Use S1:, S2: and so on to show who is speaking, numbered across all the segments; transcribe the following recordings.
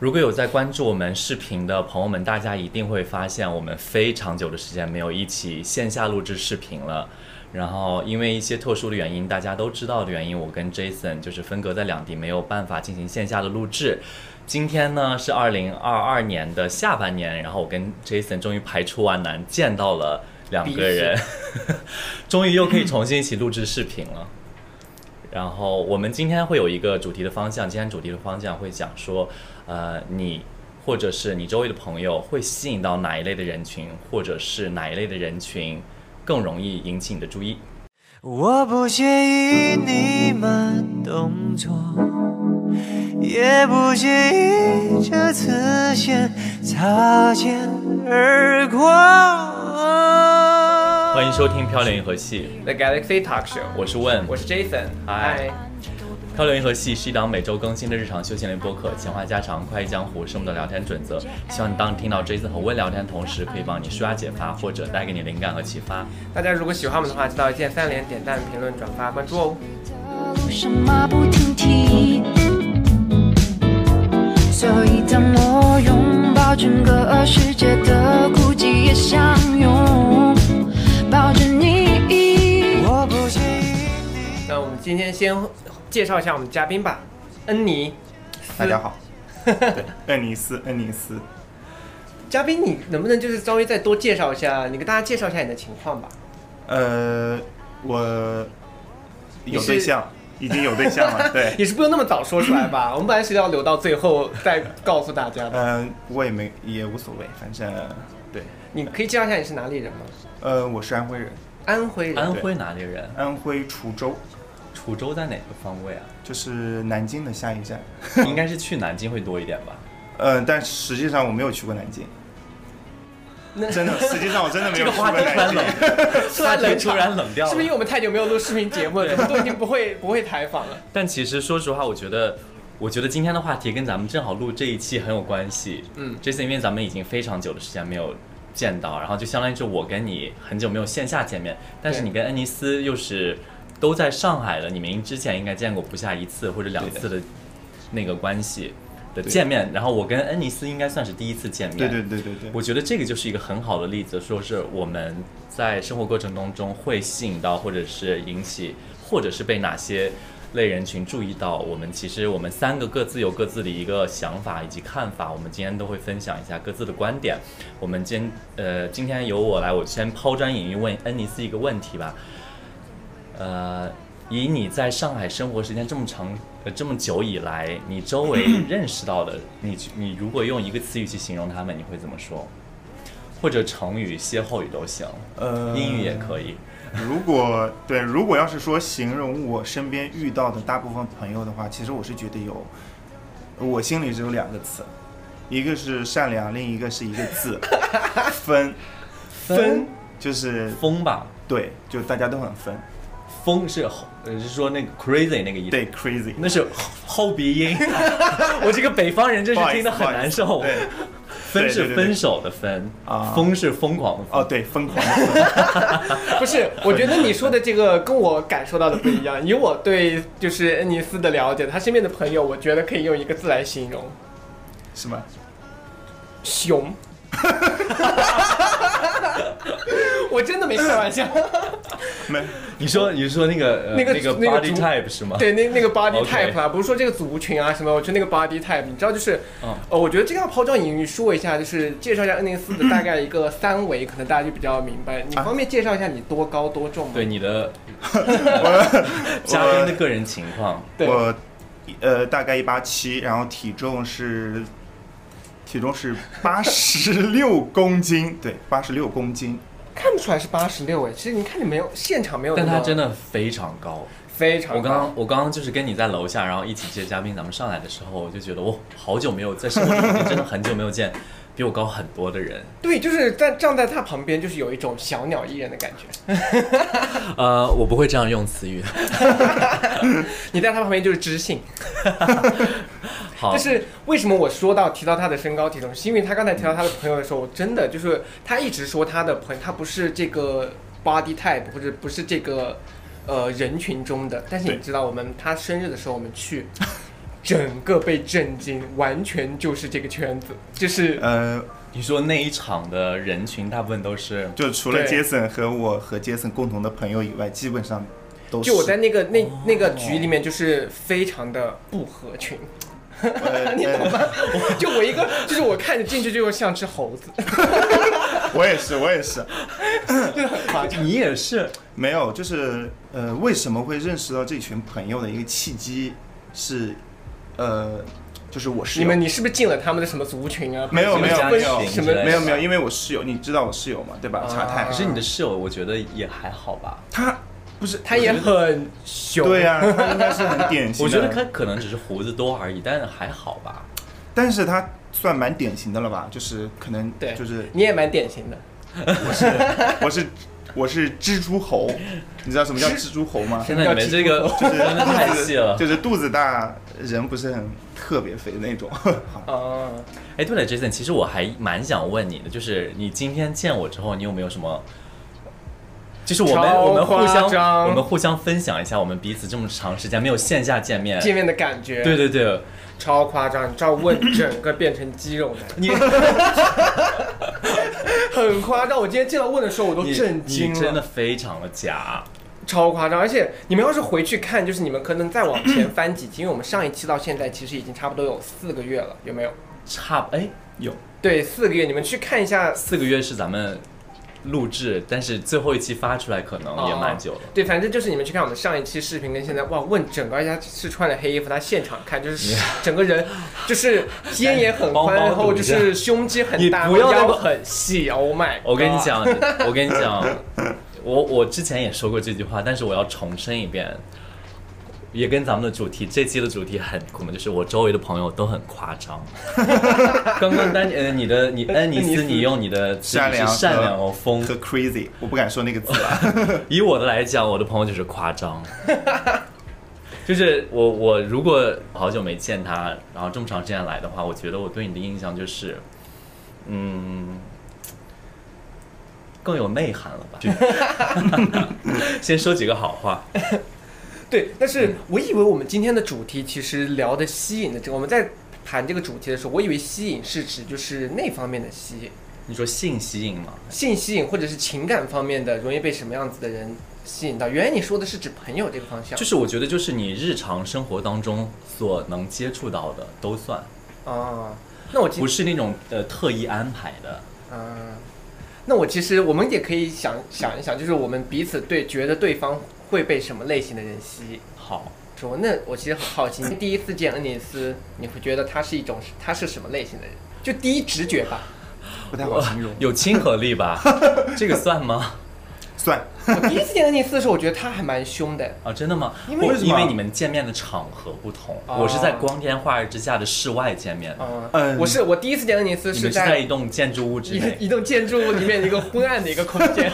S1: 如果有在关注我们视频的朋友们，大家一定会发现我们非常久的时间没有一起线下录制视频了。然后因为一些特殊的原因，大家都知道的原因，我跟 Jason 就是分隔在两地，没有办法进行线下的录制。今天呢是二零二二年的下半年，然后我跟 Jason 终于排除万难见到了两个人， 终于又可以重新一起录制视频了。然后我们今天会有一个主题的方向，今天主题的方向会讲说，呃，你或者是你周围的朋友会吸引到哪一类的人群，或者是哪一类的人群更容易引起你的注意。
S2: 我不介意你慢动作，也不介意这次先擦肩而过。
S1: 欢迎收听《漂流银河系》，
S3: The Galaxy Talk Show，
S1: 我是问，
S3: 我是 Jason，
S1: 嗨
S3: 嗨，
S1: 漂流银河系是一档每周更新的日常休闲类播客，闲话家常、快意江湖是我们的聊天准则。希望你当你听到 Jason 和温聊天的同时，可以帮你舒压解乏，或者带给你灵感和启发。
S3: 大家如果喜欢我们的话，记得一键三连、点赞、评论、转发、关注哦。
S4: 的路什么不停蹄，所以当我拥抱整个世界的孤寂，也相拥抱着你。
S2: 我不介意
S3: 那我们今天先介绍一下我们的嘉宾吧，恩妮。
S5: 大家好，对，恩尼斯，恩尼斯，
S3: 嘉宾，你能不能就是稍微再多介绍一下，你给大家介绍一下你的情况吧？
S5: 呃，我有
S3: 是
S5: 对象，已经有对象了，对，
S3: 也是不用那么早说出来吧，我们本来是要留到最后再告诉大家的。
S5: 嗯、我也没也无所谓，反正对，
S3: 你可以介绍一下你是哪里人吗？
S5: 呃，我是安徽人，
S3: 安徽人。
S1: 安徽哪里人？
S5: 安徽滁州，
S1: 滁州在哪个方位啊？
S5: 就是南京的下一站，
S1: 应该是去南京会多一 点吧。
S5: 呃，但实际上我没有去过南京，
S3: 那
S5: 真的，实际上我真的没
S1: 这
S5: 有
S1: 个
S5: 去
S1: 话
S5: 过
S1: 题突然
S5: 南
S1: 冷
S5: 京，，
S3: 突然冷
S1: 突
S3: 场
S1: 然冷掉了，
S3: 是不是因为我们太久没有录视频节目了，我们都已经不会不会采访了？
S1: 但其实说实话，我觉得，我觉得今天的话题跟咱们正好录这一期很有关系。
S3: 嗯
S1: ，Jason，因为咱们已经非常久的时间没有见到，然后就相当于是我跟你很久没有线下见面，但是
S3: 对
S1: 你跟恩尼斯又是都在上海了，你们之前应该见过不下一次或者两次的那个关系的见面，然后我跟恩尼斯应该算是第一次见面。
S5: 对对对对对，
S1: 我觉得这个就是一个很好的例子，说是我们在生活过程当中会吸引到，或者是引起，或者是被哪些类人群注意到。我们其实我们三个各自有各自的一个想法以及看法，我们今天都会分享一下各自的观点。我们今呃今天由我来，我先抛砖引玉问恩尼斯一个问题吧。呃，以你在上海生活时间这么长、呃这么久以来，你周围 认识到的，你你如果用一个词语去形容他们，你会怎么说？或者成语、歇后语都行，
S5: 呃，
S1: 英语也可以。
S5: 如果对，如果要是说形容我身边遇到的大部分朋友的话，其实我是觉得有，我心里只有两个词，一个是善良，另一个是一个 字，分，
S1: 分
S5: 就是
S1: 疯吧，
S5: 对，就大家都很分，
S1: 疯是吼呃是说那个 crazy 那个意思，，
S5: 对，crazy，
S1: 那是后后鼻音。 我这个北方人真是
S5: 不好意
S1: 听
S5: 思
S1: 得很
S5: 不好意思
S1: 难受。
S5: 对，
S1: 分
S5: 对对
S1: 是
S5: 对
S1: 分手的分，
S5: 啊
S1: 疯是疯狂的疯。
S5: 哦对，疯狂的疯，
S3: 不是，我觉得你说的这个跟我感受到的不一样。以我对就是恩尼斯的了解，他身边的朋友，我觉得可以用一个字来形容：
S5: 是吗？
S3: 熊。 我真的没开玩笑。
S1: 啊
S5: 没，
S1: 你说你说那个呃
S3: 那个
S1: 那个
S3: 那个
S1: body
S3: 族
S1: type 是吗？
S3: 对，那那个 body
S1: OK
S3: type 啊，不是说这个族群啊什么，我觉得那个 body type，你知道就是，
S1: 嗯
S3: 呃，我觉得这个要抛砖引玉说一下，就是介绍一下恩尼斯的大概一个三维，可能大家就比较明白。你
S5: 啊
S3: 方便介绍一下你多高多重吗？
S1: 对你 的嘉宾的个人情况，
S3: 对，
S5: 我呃大概一八七，然后体重是。体重是八十六公斤， 对，八十六公斤，
S3: 看不出来是八十六哎，其实你看你没有现场没有那
S1: 但
S3: 么，
S1: 他真的非常高。
S3: 非常
S1: 我刚
S3: 高
S1: 刚我刚刚就是跟你在楼下，然后一起接嘉宾咱们上来的时候，我就觉得我好久没有在生活中已经真的很久没有见 比我高很多的人。
S3: 对，就是在站在他旁边，就是有一种小鸟依人的感觉。
S1: 呃，我不会这样用词 语。
S3: 你在他旁边就是知性。
S5: 哦
S1: 好，
S3: 但是为什么我说到提到他的身高体重，是因为他刚才提到他的朋友的时候，我真的就是他一直说他的朋友，他不是这个 body type 或者不是这个呃人群中的。但是你
S5: 对
S3: 知道，我们他生日的时候我们去。整个被震惊，完全就是这个圈子，就是
S5: 呃，
S1: 你说那一场的人群大部分都是
S5: 就除了
S3: 对
S5: 杰森和我和杰森共同的朋友以外，基本上都是。哦
S3: 就我在那个那那个局里面，就是非常的不合群。
S5: 呃，
S3: 你懂吗？就我一个，就是我看着进去就像只猴子，
S5: 呃我也是，我也是，
S1: 你也是
S5: 没有，就是呃，为什么会认识到这群朋友的一个契机是，呃，就是我室
S3: 你
S5: 友。
S3: 们你是不是进了他们的什么族群啊？
S5: 没有
S3: 什么
S5: 没有
S3: 分
S5: 没有
S1: 之
S3: 什
S1: 类
S3: 么
S1: 的
S5: 没有没有，因为我室友，你知道我室友嘛，对吧？
S3: 啊
S5: 茶太
S1: 可是你的室友，我觉得也还好吧。
S5: 他不是
S3: 他也很熊，
S5: 对 呀、他应该是很典型的。
S1: 我觉得他可能只是胡子多而已，但还好吧。
S5: 但是他算蛮典型的了吧？就是可能
S3: 对，
S5: 就是
S3: 你也蛮典型的。
S5: 我是 我是蜘蛛猴，你知道什么叫蜘蛛猴吗？
S1: 现在你们这个真的太细了。
S5: 就是肚子大，人不是很特别肥的那种。好
S3: 啊，
S1: 哎，对了，Jason，其实我还蛮想问你的，就是你今天见我之后，你有没有什么？就是我们
S3: 超
S1: 我们互
S3: 夸
S1: 相
S3: 张
S1: 我们互相分享一下，我们彼此这么长时间没有线下见面。
S3: 见面的感觉，
S1: 对，对对，
S3: 超夸张。你知道问整个变成肌肉男，
S1: 你
S3: 很夸张。我今天见到问的时候，我都
S1: 你
S3: 震
S1: 你
S3: 惊了，
S1: 真的非常的假。
S3: 超夸张。而且你们要是回去看，就是你们可能再往前翻几集，因为我们上一期到现在其实已经差不多有四个月了，有没有？
S1: 差不哎有
S3: 对，四个月，你们去看一下
S1: 四个月是咱们录制，但是最后一期发出来可能
S3: 哦
S1: 也蛮久了。
S3: 啊对，反正就是你们去看我们上一期视频跟现在，哇，问整个而且他是穿着黑衣服，他现场 看就是整个人就是肩也很
S1: 帮
S3: 宽，
S1: 帮
S3: 然后
S1: 我
S3: 就是
S1: 一
S3: 是胸肌很 大，
S1: 你不要
S3: 腰
S1: 那个
S3: 很细，Oh my！
S1: 我跟你
S3: God，
S1: 讲，我跟你讲，我我之前也说过这句话，但是我要重申一遍，也跟咱们的主题这期的主题很可能就是我周围的朋友都很夸张。 刚刚丹呃你的你恩尼斯你用你的词
S5: 善
S1: 语是
S5: 良和
S1: 善良哦疯，
S5: 和 crazy，我不敢说那个字 了。
S1: 以我的来讲，我的朋友就是夸 张。就是我，我如果好久没见他，然后这么长时间来的话，我觉得我对你的印象就是，嗯，更有内涵了吧？ 先说几个好话，
S3: 对，但是我以为我们今天的主题其实聊的吸引的这个，我们在谈这个主题的时候，我以为吸引是指就是那方面的吸引，
S1: 你说性吸引吗？
S3: 性吸引或者是情感方面的，容易被什么样子的人吸引到？原来你说的是指朋友这个方向，
S1: 就是我觉得就是你日常生活当中所能接触到的都算，
S3: 啊，那我今
S1: 不是那种呃特意安排的。
S3: 嗯，那我其实我们也可以想想一想，就是我们彼此对觉得对方会被什么类型的人吸引。
S1: 好，
S3: 说，那我其实很好奇，你第一次见恩尼斯，你会觉得他是一种他是什么类型的人？就第一直觉 吧。
S5: 不太好形容。
S1: 有亲和力 吧？这个算吗？
S5: 算，
S3: 我第一次见恩尼斯的时候，我觉得他还蛮凶的。
S1: 啊，真的吗？
S3: 因为
S1: 我
S5: 为什么
S1: 因你们见面的场合不同，
S3: 哦
S1: 我是在光天化日之下的室外见面的，
S3: 嗯，
S5: 嗯
S3: 我是我第一次见恩尼斯
S1: 你们是在
S3: 在
S1: 一栋建筑物之
S3: 一
S1: 内。
S3: 一栋建筑物里面一个昏暗的一个空间。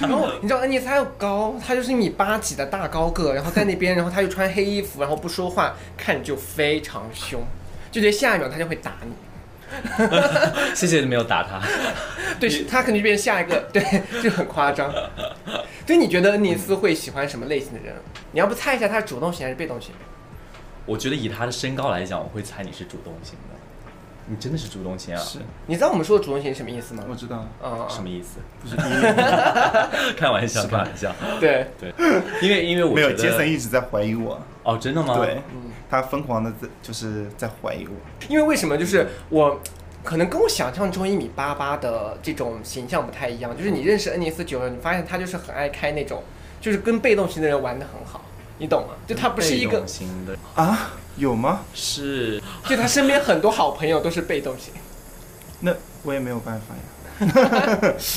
S3: 然后你知道恩妮她又高，她就是一米八几的大高个，然后在那边，然后她又穿黑衣服，然后不说话，看着就非常凶，就觉得下一秒她就会打你。
S1: 谢谢你没有打他。
S3: 对，是她可能就变成下一个，对，就很夸张。所以你觉得恩妮斯会喜欢什么类型的人？你要不猜一下她是主动型还是被动型？
S1: 我觉得以他的身高来讲，我会猜你是主动型的。你真的是主动型啊？
S5: 是，
S3: 你知道我们说的主动型是什么意思吗？
S5: 我知道，
S3: 啊、
S1: 什么意思？
S5: 不是你
S1: 开玩笑，开玩笑。
S3: 对，
S1: 对，因为因为我
S5: 没有
S1: 觉得
S5: 杰森一直在怀疑我，
S1: 哦，真的吗？
S5: 对，他疯狂的在就是在怀疑我，
S3: 因为为什么就是我。可能跟我想象中一米八八的这种形象不太一样，就是你认识恩尼斯久了，你发现他就是很爱开那种，就是跟被动型的人玩的很好，你懂吗？就他不是一
S1: 被
S3: 个
S1: 动，型的，
S5: 啊，有吗？
S1: 是
S3: 就他身边很多好朋友都是被动型。
S5: 那我也没有办法呀。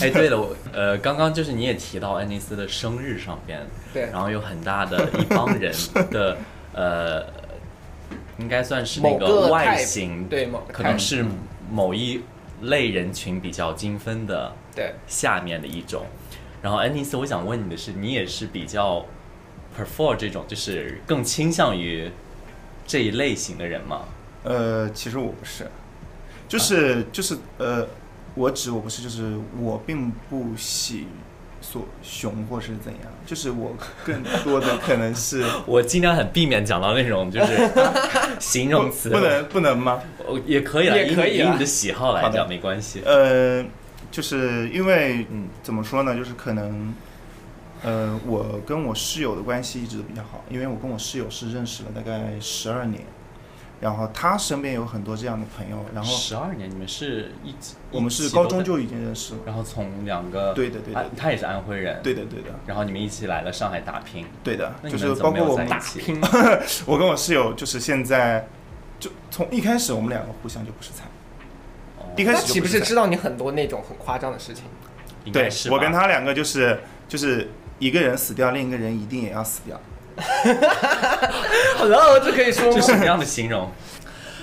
S1: 哎，对了，我呃，刚刚就是你也提到安妮斯的生日上边，
S3: 对
S1: 然后有很大的一帮人 的呃，应该算是那
S3: 某个 type，
S1: 外形，
S3: 对某个
S1: 可能
S3: type
S1: 是某一类人群比较精分的
S3: 对，
S1: 下面的一种。然后安妮斯，我想问你的是，你也是比较 prefer 这种，就是更倾向于这一类型的人吗？
S5: 呃，其实我不是，就是就是呃，我指我不是，就是我并不喜所熊或是怎样，就是我更多的可能是
S1: 我尽量很避免讲到那种就是 形容词，
S5: 不不能不能吗？
S1: 哦，也可以啦，
S3: 也可以
S1: 以你
S3: 啦
S1: 以你的喜好来
S5: 啊好的
S1: 讲没关系。
S5: 呃，就是因为嗯，怎么说呢，就是可能，呃，我跟我室友的关系一直都比较好，因为我跟我室友是认识了大概十二年，然后他身边有很多这样的朋友，然后
S1: 十二年，你们是一起，
S5: 我们是
S1: 一起都
S5: 高中
S1: 在，啊
S5: 就已经认识了，
S1: 然后从两个
S5: 对的对的
S1: 安他也是安徽人，
S5: 对的对的
S1: 然后你们一起来了上海打拼，
S5: 对的，
S1: 那你
S5: 就
S1: 们
S5: 是
S1: 怎
S5: 包
S1: 么没
S5: 括
S1: 有
S5: 我
S1: 在
S5: 们
S1: 一起？
S5: 我跟我室友就是现在，就从一开始我们两个互相就不是菜，
S1: 哦
S5: 一开
S3: 他
S5: 始
S3: 岂
S5: 就
S3: 不
S5: 是
S3: 是
S5: 菜
S3: 知道你很多那种很夸张的事情？
S1: 应
S5: 对
S1: 该是
S5: 我跟
S1: 吧
S5: 他两个就是就是一个人死掉，另一个人一定也要死掉。
S3: Hello，这可以 说
S1: 这
S3: 吗？
S1: 什么样的形容？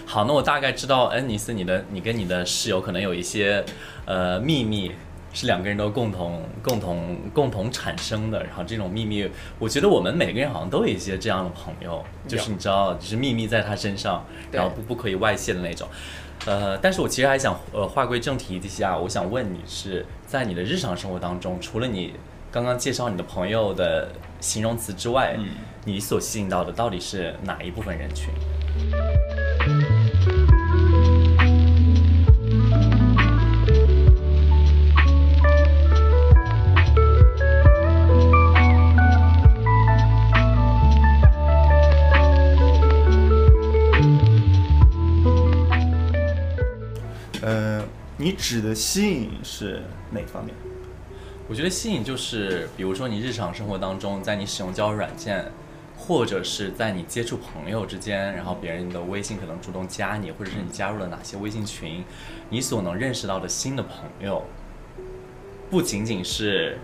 S1: 好，那我大概知道恩尼斯，你的你跟你的室友可能有一些呃秘密，是两个人都共同共同共同产生的。然后这种秘密，我觉得我们每个人好像都有一些这样的朋友，就是你知道，就是秘密在他身上，
S3: 对
S1: 然后不不可以外泄的那种。呃，但是我其实还想呃话归正题一下，我想问你是在你的日常生活当中，除了你刚刚介绍你的朋友的形容词之外，你所吸引到的到底是哪一部分人群？
S5: 呃，你指的吸引是哪方面？
S1: 我觉得吸引就是，比如说你日常生活当中，在你使用交友软件，或者是在你接触朋友之间，然后别人的微信可能主动加你，或者是你加入了哪些微信群，你所能认识到的新的朋友，不仅仅是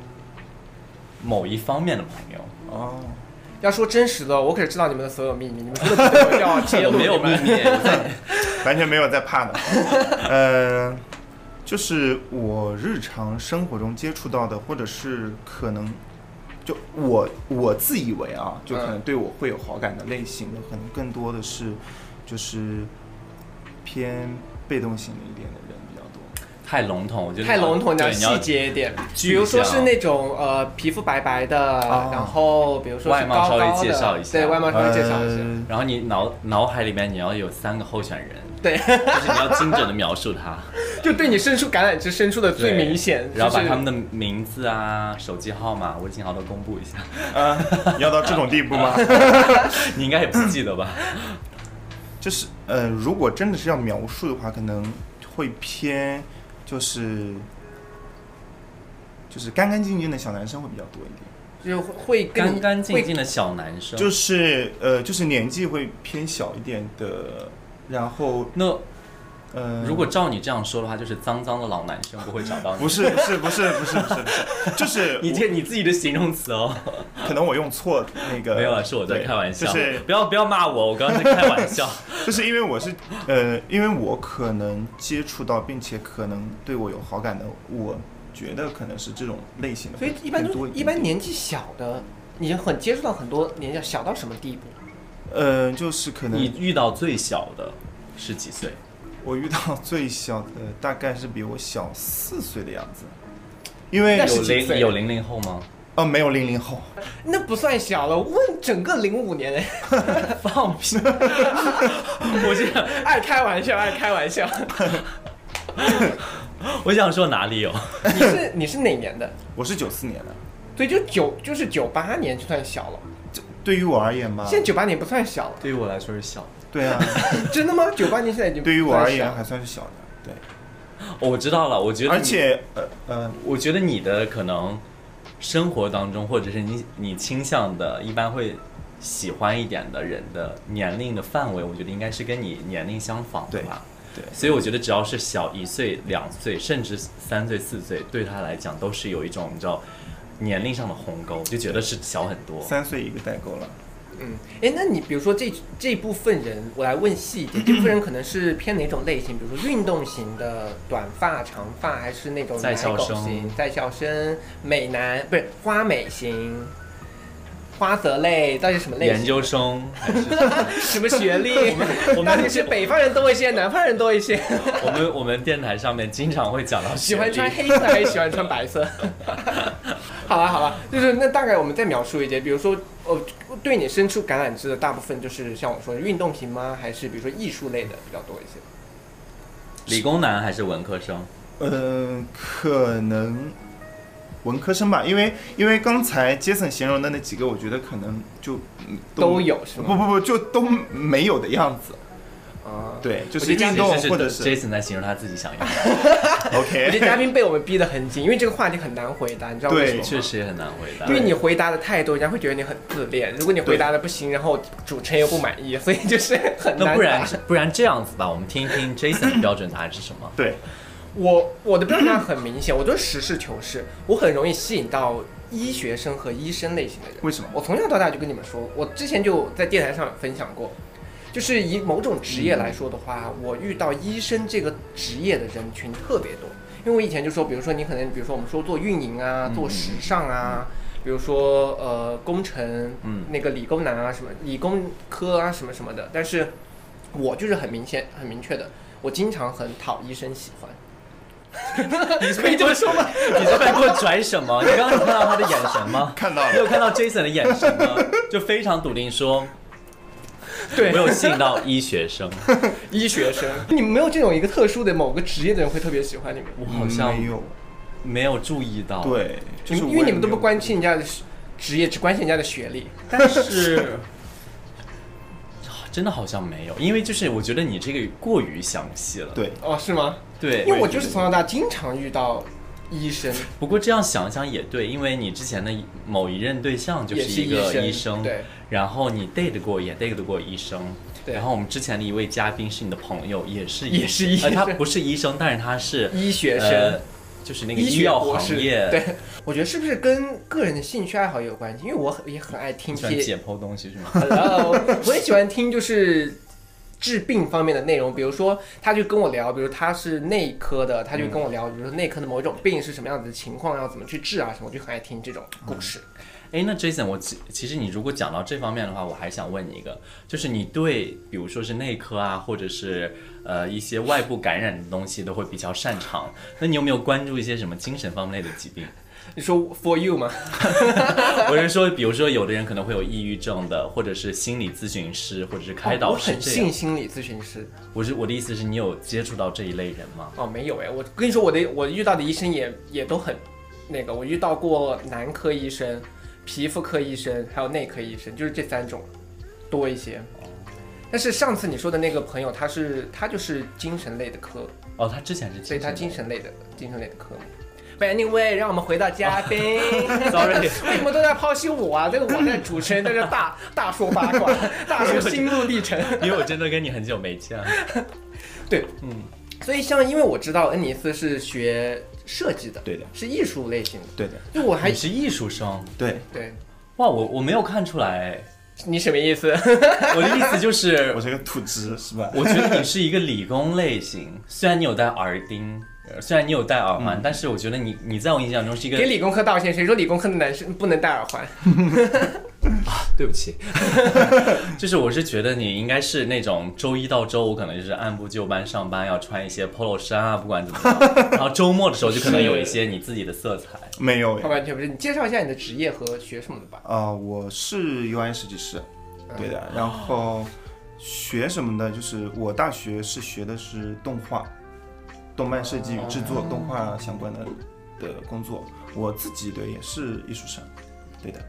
S1: 某一方面的朋友。
S5: 哦，
S3: 要说真实的，我可是知道你们的所有秘密，你们 真的不会要揭
S1: 有
S3: 露
S1: 没有
S3: 你
S1: 秘
S3: 们
S1: 密？我在
S5: 完全没有在怕的。呃，就是我日常生活中接触到的，或者是可能。就我我自以为啊，就可能对我会有好感的类型的，可能更多的是，就是偏被动型的一点的人比较多。
S1: 太笼统，我觉得
S3: 太笼统，你要
S1: 对，你要
S3: 细节一点。
S1: 具
S3: 比如说
S1: 象
S3: 是那种呃皮肤白白的，
S5: 哦
S3: 然后比如说
S1: 外
S3: 是
S1: 貌
S3: 高
S1: 稍微
S3: 高
S1: 介
S3: 的
S1: 绍一下
S3: 对外貌稍微介绍一下。
S5: 呃
S1: 然后你脑脑海里面你要有三个候选人，
S3: 对，
S1: 就是你要精准的描述他，
S3: 就对你伸出橄榄枝伸出的最明显，
S1: 然后把他们
S3: 的
S1: 的名字啊、手机号码、微信号都公布一下。
S5: 啊，要到这种地步吗？
S1: 你应该也不记得吧？
S5: 就是呃，如果真的是要描述的话，可能会偏就是就是干干净净的小男生会比较多一
S3: 就
S5: 点，
S3: 是会跟
S1: 干干净净
S3: 会
S1: 的小男生。
S5: 就是呃，就是年纪会偏小一点的，然后
S1: 那
S5: 呃，
S1: 如果照你这样说的话，就是脏脏的老男生不会找到你。
S5: 不是不是不是不是不是不是，就 是
S1: 你这你自己的形容词哦，
S5: 可能我用错那个，
S1: 没有了，啊是我在
S5: 对
S1: 开玩笑，
S5: 呃就是
S1: 不要不要骂我，我刚刚在开玩笑。
S5: 就是因为我是呃，因为我可能接触到并且可能对我有好感的，我觉得可能是这种类型的
S3: 所
S5: 会
S3: 以
S5: 更
S3: 一般
S5: 多
S3: 都
S5: 点，
S3: 一般年纪小的，你很接触到很多年纪小到什么地步？
S5: 呃，就是可能
S1: 你遇到最小的是几岁？
S5: 我遇到最小的大概是比我小四岁的样子，因为
S3: 那是
S1: 有
S3: 几岁
S1: 零有零零后吗？
S5: 哦没有零零后，
S3: 那不算小了，问整个零五年 哎，
S1: 放屁！ 我这样
S3: 爱开玩笑，爱开玩笑。
S1: 我想说哪里有？
S3: 你是你是哪年的？
S5: 我是九四年的，
S3: 所以就九就是九八年就算小了，
S5: 这对于我而言吧，
S3: 现在九八年不算小了，
S1: 对于我来说是小的。
S5: 对啊，
S3: 真的吗？九八年现在已经
S5: 对于我而言
S3: 不算
S5: 还
S3: 小
S5: 算是小的，对，
S1: 哦我知道了，我觉得你
S5: 而且呃呃，
S1: 我觉得你的可能生活当中，或者是你你倾向的，一般会喜欢一点的人的年龄的范围，我觉得应该是跟你年龄相仿的
S5: 对
S1: 吧。
S5: 对
S1: 所以我觉得只要是小一岁、两岁，甚至三岁、四岁，对他来讲都是有一种你知道年龄上的鸿沟，就觉得是小很多。
S5: 三岁一个代沟了，
S3: 嗯，哎，那你比如说这这部分人，我来问细一点，这部分人可能是偏哪种类型？比如说运动型的短发、长发，还是那种
S1: 在校
S3: 奶狗
S1: 生
S3: 型、在校生、美男，不是花美型、花泽类，到底是什么类
S1: 研
S3: 型？
S1: 究生还是
S3: 什么 学历？到底是北方人多一些，南方人多一些？
S1: 我们我们电台上面经常会讲到
S3: 喜欢
S1: 学历
S3: 穿黑色还是喜欢穿白色？ 好了好了，就是那大概我们再描述一节，比如说，呃，对你伸出橄榄枝的大部分就是像我说的运动型吗？还是比如说艺术类的比较多一些？
S1: 理工男还是文科生？
S5: 嗯，可能文科生吧，因为因为刚才杰森形容的那几个，我觉得可能就嗯
S3: 都有是
S5: 不
S3: 吗？
S5: 不不，就都没有的样子。
S3: 啊，
S5: 对，就
S1: 我
S5: 是
S1: 觉得
S5: 运动
S1: 其实
S5: 或者
S1: Jason 在形容他自己想要的，
S3: 我
S5: OK，
S3: 觉得嘉宾被我们逼得很紧，因为这个话题很难回答，你知道为什么
S5: 对？
S3: 吗？
S1: 确实也很难回答。
S3: 因为你回答的太多，人家会觉得你很自恋。如果你回答的不行，然后主持人又不满意，所以就是很难答。
S1: 那不然不然这样子吧，我们听一听 Jason 的标准答案是什么
S5: 对，
S3: 我我的标准答案很明显，我就是实事求是，我很容易吸引到医学生和医生类型的人。
S5: 为什么
S3: 我从小到大就跟你们说，我之前就在电台上分享过，就是以某种职业来说的话，我遇到医生这个职业的人群特别多。因为我以前就说，比如说你可能，比如说我们说做运营啊，做时尚啊，比如说呃工程，
S1: 嗯
S3: 那个理工男啊什么，理工科啊什么什么的，但是我就是很明显、很明确的，我经常很讨医生喜欢。 可以这么说吗？
S1: 你是在给我拽什么？你刚刚有看到他的眼神吗？
S5: 看到了
S1: 你有看到 Jason 的眼神吗？就非常笃定说，
S3: 对
S1: 我，有吸引到医学 生，
S3: 医学生， 你们没有这种一个特殊的某个职业的人会特别喜欢你们，
S1: 我好像
S5: 没有，
S1: 没有注意到。，
S5: 对，就是
S3: 因
S5: 我
S3: 为哦你
S5: 也
S3: 们都
S5: 没有
S3: 不关心人家的职业，只关心人家的学历。
S1: 但是。 真的好像没有，因为就是我觉得你这个过于详细了。
S5: 对，
S3: 哦，是吗？
S1: 对，
S3: 因为我就是从小到大经常遇到医生，
S1: 不过这样想想也对，因为你之前的某一任对象就
S3: 也是
S1: 一个
S3: 医生
S1: 医生，
S3: 对，
S1: 然后你 date 过也 date 过医生，
S3: 对
S1: 然后我们之前的一位嘉宾是你的朋友，也是
S3: 也是医生
S1: 呃他不是医生，但是他是
S3: 医学生
S1: 呃就是那个
S3: 医
S1: 医
S3: 学
S1: 药
S3: 博
S1: 行
S3: 士。
S1: 业，
S3: 对，我觉得是不是跟个人的兴趣爱好也有关系？因为我很也很爱听
S1: 喜欢
S3: 些
S1: 解剖东西是吗？
S3: Hello，我也喜欢听就是治病方面的内容，比如说他就跟我聊，比如他是内科的，他就跟我聊，比如说内科的某一种病是什么样子的情况，要怎么去治啊什么，我就很爱听这种故事。
S1: 哎，那 Jason，我其其实你如果讲到这方面的话，我还想问你一个，就是你对比如说是内科啊，或者是呃一些外部感染的东西都会比较擅长，那你有没有关注一些什么精神方面的 疾病？
S3: 你说 for you 吗？
S1: 我是说，比如说有的人可能会有抑郁症的，或者是心理咨询师，或者是开
S3: 哦
S1: 导
S3: 我
S1: 师
S3: 很
S1: 这样
S3: 信。心理咨询师
S1: 我是我的意思是你有接触到这一类人吗？
S3: 哦，没有哎，我跟你说，我的我遇到的医生也也都很那个，我遇到过男科医生、皮肤科医生，还有内科医生，就是这三种多一些。但是上次你说的那个朋友，他是他就是精神类的科，
S1: 哦，他之前是
S3: 所以他精
S1: 精神
S3: 神类的精神类的科目。But anyway，让我们回到嘉宾。
S1: Sorry
S3: 为什么都在剖析我啊？这个我在主持人在这大大说八卦，大说心路历程。
S1: 类的，因为我真的跟你很久没见了。
S3: 对，
S1: 嗯，
S3: 所以像因为我知道恩尼斯是学设计的，
S5: 对的
S3: 是艺术类型的。
S5: 对的，
S3: 就我还
S1: 你是艺术生
S5: 对，
S3: 对
S1: 哇，我我没有看出来，
S3: 你什么意思？
S1: 我的意思就是
S5: 我，是个土直是吧？
S1: 我觉得你是一个理工类型，虽然你有戴耳钉，呃虽然你有戴耳环，但是我觉得你你在我印象中是一个
S3: 给理工科道歉，谁说理工科的男生不能戴耳环？
S1: 对不起， 就是我是觉得你应该是那种周一到周五可能就是按部就班上班，要穿一些 polo 衫啊，不管怎么 样，然后周末的时候就可能有一些你自己的色彩。
S5: 没有
S3: 他完全不是。你介绍一下你的职业和学什么的吧。嗯
S5: 啊，我是 UI 设计师，对的。然后学什么的，就是我大学是学的是动画、动漫设计与制作、动画相关的的工作。我自己对也是艺术生，对的。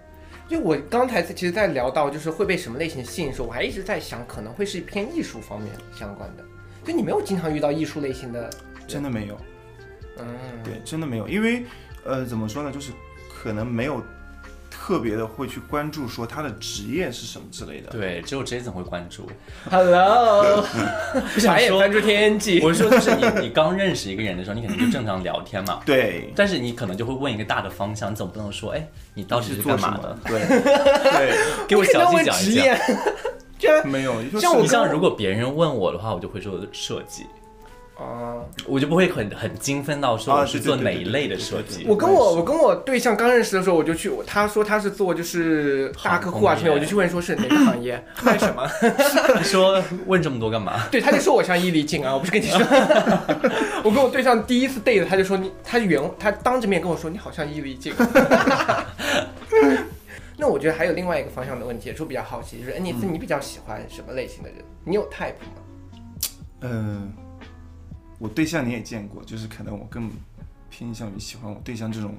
S3: 就我刚才其实，在聊到就是会被什么类型吸引的时候，我还一直在想，可能会是偏艺术方面相关的。就你没有经常遇到艺术类 型的，
S5: 真的没有，
S3: 嗯，
S5: 对，真的没有，因为呃，怎么说呢，就是可能没有特别的会去关注说他的职业是什么之类的。
S1: 对，只有 Jason 会关注。
S3: Hello，白眼翻出天际。
S1: 我是说，就是你你刚认识一个人的时候，你肯定就正常聊天嘛。
S5: 对，
S1: 但是你可能就会问一个大的方向，你总不能说，哎，你到底
S5: 是
S1: 是
S5: 做
S1: 干
S5: 什
S1: 嘛
S5: 么
S1: 的？？
S5: 对对，
S1: 给我
S3: 可能
S1: 详细
S3: 问
S1: 讲
S3: 职
S1: 一 讲
S3: 业。，居然
S5: 没有，就是
S3: 像我
S1: 你
S3: 跟
S1: 像如果别人问我的话，我就会说设计。
S3: 啊。
S1: 我就不会很很精分到说
S5: 啊
S1: 我是
S5: 对对
S1: 做
S5: 对
S1: 哪
S5: 对
S1: 一
S5: 对
S1: 类
S5: 对
S1: 的
S5: 对
S1: 设
S5: 对
S1: 计。
S5: 对
S3: 我跟我我跟我对象刚认识的时候，我就去，他说他是做就是大客户
S1: 航空
S3: 啊
S1: 业
S3: 什么，我就去问说是哪个行业，卖什么？
S1: 你说问这么多干嘛？
S3: 对，他就说我像伊丽静啊，我不是跟你 说，我跟我对象第一次 date，他就说你，他原他当着面跟我说你好像伊丽 静。那我觉得还有另外一个方向的问题，也是我比较好奇，就是哎你你比较喜欢什么类型的人？你有 type 吗？
S5: 嗯，我对象你也见过，就是可能我更偏向于喜欢我对象这种，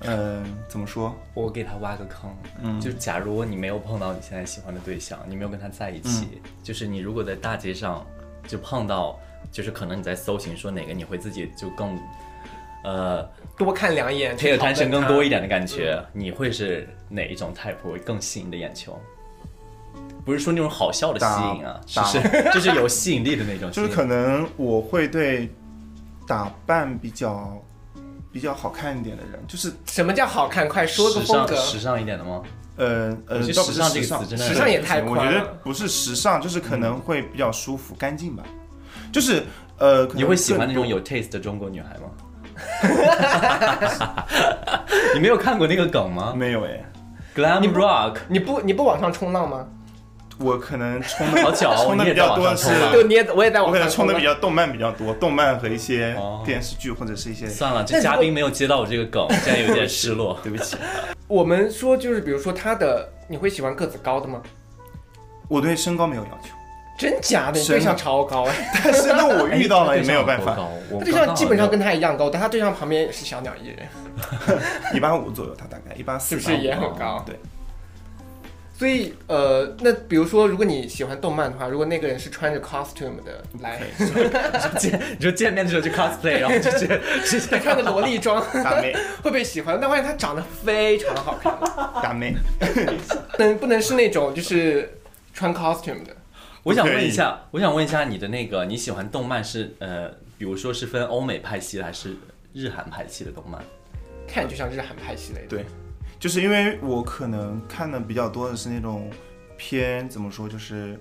S5: 呃，怎么说？
S1: 我给他挖个坑，
S5: 嗯
S1: 就假如你没有碰到你现在喜欢的对象，你没有跟他在一起，
S3: 嗯
S1: 就是你如果在大街上就碰到，就是可能你在搜寻说哪个你会自己就更，呃
S3: 多看两眼，
S1: ，pay
S3: 去讨论
S1: attention 更
S3: 他嗯
S1: 多一点的感觉，你会是哪一种 type 会更吸引你的眼球？不是说那种好笑的吸引啊，
S5: 打
S1: 就是就是 有吸引力的那种吸
S5: 就
S1: 引，
S5: 是可能我会对打扮比较比较好看一点的人，就是
S3: 什么叫好看？快说个
S1: 时
S3: 风
S1: 尚
S3: 格。
S1: 时尚一点的吗？
S5: 呃呃，
S1: 我觉得
S5: 倒不是
S1: 时尚这个
S5: 时尚
S1: 词真的
S3: 时尚也
S5: 不是
S3: 太
S5: 我
S3: 宽
S5: 觉得
S3: 了
S5: 不是时尚，就是可能会比较舒服、干净吧。就是呃，可能
S1: 你会喜欢那种
S5: 更
S1: 有 taste 的中国女孩吗？ 你没有看过那个梗吗
S5: 没有哎？
S1: ？Glam Rock，
S3: 你不你不往上冲浪吗？
S5: 我可能 冲的
S1: 好巧啊
S5: 冲的
S1: 你也
S5: 比较
S1: 在网
S5: 多
S1: 上
S5: 是
S1: 冲，浪
S3: 对，你也我也在
S5: 我
S3: 网
S5: 可能
S3: 上
S5: 冲的
S3: 浪
S5: 比较动漫比较多，动漫和一些
S1: 哦
S5: 电视剧或者是一些。
S1: 算了，
S3: 那
S1: 这
S3: 如果
S1: 嘉宾没有接到我这个梗，现在有点失落
S5: 。对不起，
S3: 我们说就是，比如说他的，你会喜欢个子高的吗？
S5: 我对身高没有要求，
S3: 真假的？你
S5: 真
S3: 对
S5: 的
S3: 象超高哎，
S5: 但是那我遇到了也没有办
S1: 哎
S5: 法，，
S1: 我
S3: 他对象基本上跟他一样高，但他对象旁边也是小鸟依人，
S5: 一八五左右，他大概一八四，
S3: 是不是也很高？
S5: 对，
S3: 所以呃，那比如说，如果你喜欢动漫的话，如果那个人是穿着 costume 的来，
S1: 见， 你说见面的时候就 cosplay，然后就直接 直接
S3: 穿着萝莉装，会
S5: 大妹
S3: 不会喜欢？但发现他长得非常好看，
S5: 大妹，
S3: 能不能是那种就是穿 costume 的？
S1: 我想问一下，我想问一下你的那个你喜欢动漫是呃，比如说是分欧美派系的还是日韩派系的动漫？
S3: 看就像日韩派系类的，
S5: 对，就是因为我可能看的比较多的是那种偏怎么说，就是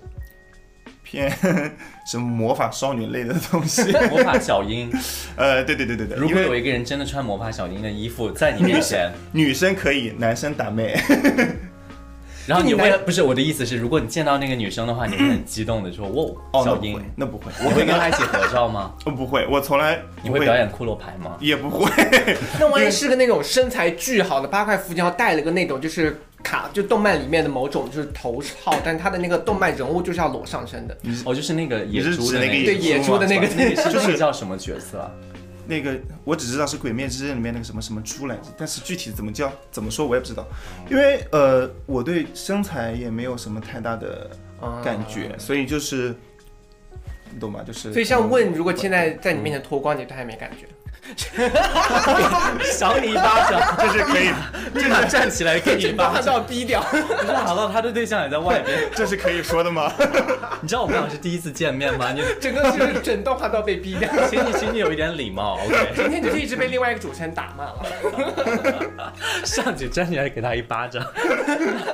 S5: 偏 什么魔法少女类的东西。
S1: 魔法小樱，
S5: 呃，对对对对对，
S1: 如果
S5: 因
S1: 有
S5: 为
S1: 一个人真的穿魔法小樱的衣服在你面前，
S5: 女生可以，男生打妹。
S1: 然后你
S3: 那你
S1: 会
S3: 男
S1: 不是我的意思是，如果你见到那个女生的话，你会很激动的说：“哇，
S5: 哦，那
S1: 小
S5: 不
S1: 樱
S5: 会，， 那不会，
S1: 你
S5: 我
S1: 会
S5: 可
S1: 跟
S5: 能
S1: 她一起合照 吗？
S5: 我不会，我从来
S1: 你
S5: 不
S1: 会表演骷髅牌吗？
S5: 也不会。
S3: 那万一是个那种身材巨好的八块腹肌，然后戴了个那种就是卡，就动漫里面的某种就是头套，但他的那个动漫人物就是要裸上身的。
S1: 哦，就是那个野
S5: 是
S1: 猪的
S5: 指那个
S1: 个
S3: 对
S5: 野
S3: 野
S5: 猪
S3: 猪
S5: 嘛
S3: 的那 个
S5: 是，
S1: 那个
S5: 就是
S1: 那个叫什么角色啊？
S5: 那个我只知道是《鬼灭之刃》里面那个什么什么猪来着，但是具体怎么叫、怎么说我也不知道，
S3: 哦
S5: 因为呃，我对身材也没有什么太大的
S3: 啊
S5: 感觉，所以就是，你懂吗？就是
S3: 所以像问，如果现在在你面前脱光，你对他也没感觉。
S1: 赏你一巴掌，
S5: 就是可以，
S1: 立马站起来给你一巴
S3: 他
S1: 掌。
S3: 到低调，
S1: 不是，好到他的对象也在外边。
S5: 这是可以说的吗？
S1: 你知道我们俩是第一次见面吗？你
S3: 整个就是整栋哈到被逼掉。
S1: 请你，请你有一点礼貌，OK？
S3: 今天就是一直被另外一个主持人打骂了。
S1: 上去站起来给他一巴掌。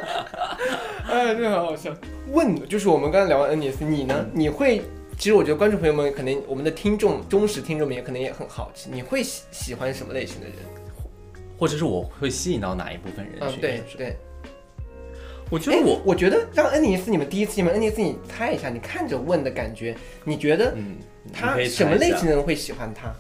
S3: 哎，这很好笑。问就是我们刚才聊完 NS，你呢？你会？其实我觉得观众朋友们可能我们的听众忠实听众们也可能也很好奇，你会喜喜欢什么类型的人？
S1: 或者是我会吸引到哪一部分人
S3: 嗯，
S1: 群？
S3: 对
S1: 是不是
S3: 对。
S1: 我觉
S3: 哎
S1: 得，我
S3: 我觉得让恩尼斯你们第一次见面，恩尼斯你猜一下，你看着问的感觉，你觉得
S1: 嗯，你
S3: 他
S1: 可以
S3: 什
S1: 猜
S3: 么
S1: 一
S3: 类
S1: 下
S3: 型的人会喜欢他？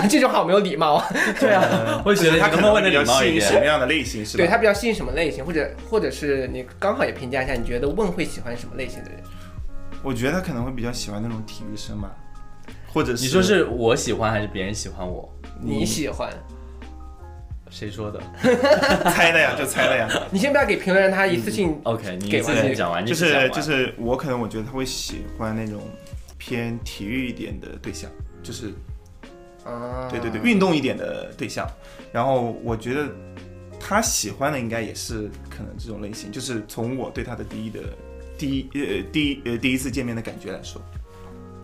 S3: 这种好没有礼貌啊！
S1: 对啊，我觉得你
S5: 他
S1: 能
S5: 可
S1: 不能
S5: 能
S1: 问
S5: 比
S1: 的
S5: 较
S1: 礼貌
S5: 吸
S1: 一
S5: 引什么
S1: 点？
S5: 样的类型是吧？
S3: 对他比较吸引什么类型，或者或者是你刚好也评价一下，你觉得问会喜欢什么类型的人？
S5: 我觉得他可能会比较喜欢那种体育生吧，或者是
S1: 你说是我喜欢还是别人喜欢我？
S3: 你喜欢？
S1: 谁说的
S5: 猜的 啊呀，就猜的呀。
S3: 你先不要给评论让他一次性
S5: 嗯
S1: ？OK，你
S3: 给
S1: 自
S3: 完
S1: 己讲完，
S5: 就
S1: 你自己讲
S5: 是
S1: 完
S5: 就是我可能我觉得他会喜欢那种偏体育一点的对象，就是
S3: 啊，
S5: 嗯对对对，运动一点的对象。然后我觉得他喜欢的应该也是可能这种类型，就是从我对他的第一的第一呃第一呃第一次见面的感觉来说，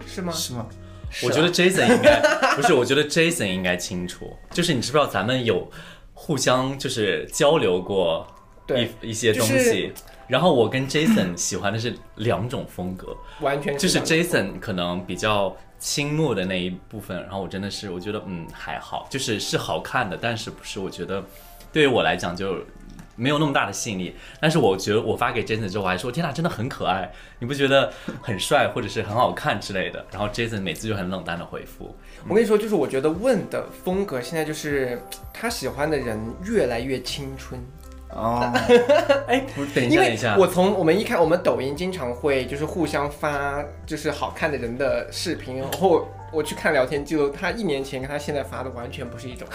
S3: 是吗？
S5: 是吗？啊
S1: 我觉得 Jason 应该 不是，我觉得 Jason 应该清楚，就是你知不知道咱们有互相就是交流过
S3: 对
S1: 一一些
S3: 就
S1: 东
S3: 是
S1: 西，然后我跟 Jason 喜欢的是两种风格，
S3: 完全
S1: 就是是
S3: 两
S1: Jason 可能比较倾慕的那一部分，然后我真的是我觉得嗯还好，就是是好看的，但是不是我觉得对于我来讲就没有那么大的吸引力。但是我觉得我发给 Jason 之后，我还说天呐，真的很可爱，你不觉得很帅或者是很好看之类的？然后 Jason 每次就很冷淡的回复，
S3: 我跟你说，就是我觉得问的风格现在就是他喜欢的人越来越青春，
S5: 哦，
S1: 不是等一
S3: 因
S1: 下等
S3: 为
S1: 一下，
S3: 我从我们一开，我们抖音经常会就是互相发就是好看的人的视频，然后我去看聊天记录，他一年前跟他现在发的完全不是一 种，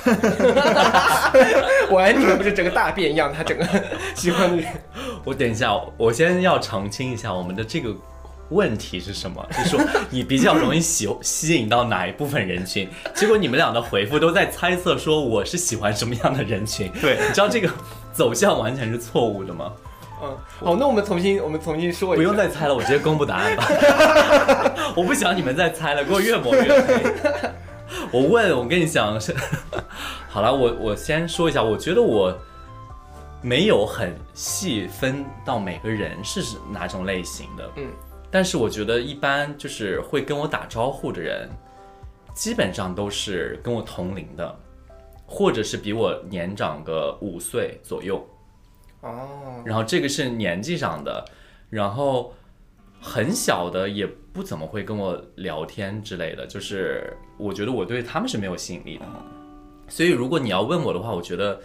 S3: 完全不是整个大变样，他整个 喜欢的人。
S1: 我等一下，我先要澄清一下我们的这个问题是什么，就是说你比较容易喜吸引到哪一部分人群？结果你们俩的回复都在猜测说我是喜欢什么样的人群，
S5: 对
S1: 你知道这个走向完全是错误的吗？
S3: 嗯，好，那我们重新我们重新说一下，
S1: 不用再猜了，我直接公布答案 吧。我不想你们再猜了，给我越抹越黑。我问，我跟你讲是， 好了，我我先说一下，我觉得我没有很细分到每个人是哪种类型的，
S3: 嗯，
S1: 但是我觉得一般就是会跟我打招呼的人，基本上都是跟我同龄的，或者是比我年长个五岁左右，
S3: 哦，
S1: 然后这个是年纪上的，然后很小的也不怎么会跟我聊天之类的，就是我觉得我对他们是没有吸引力的。所以如果你要问我的话，我觉得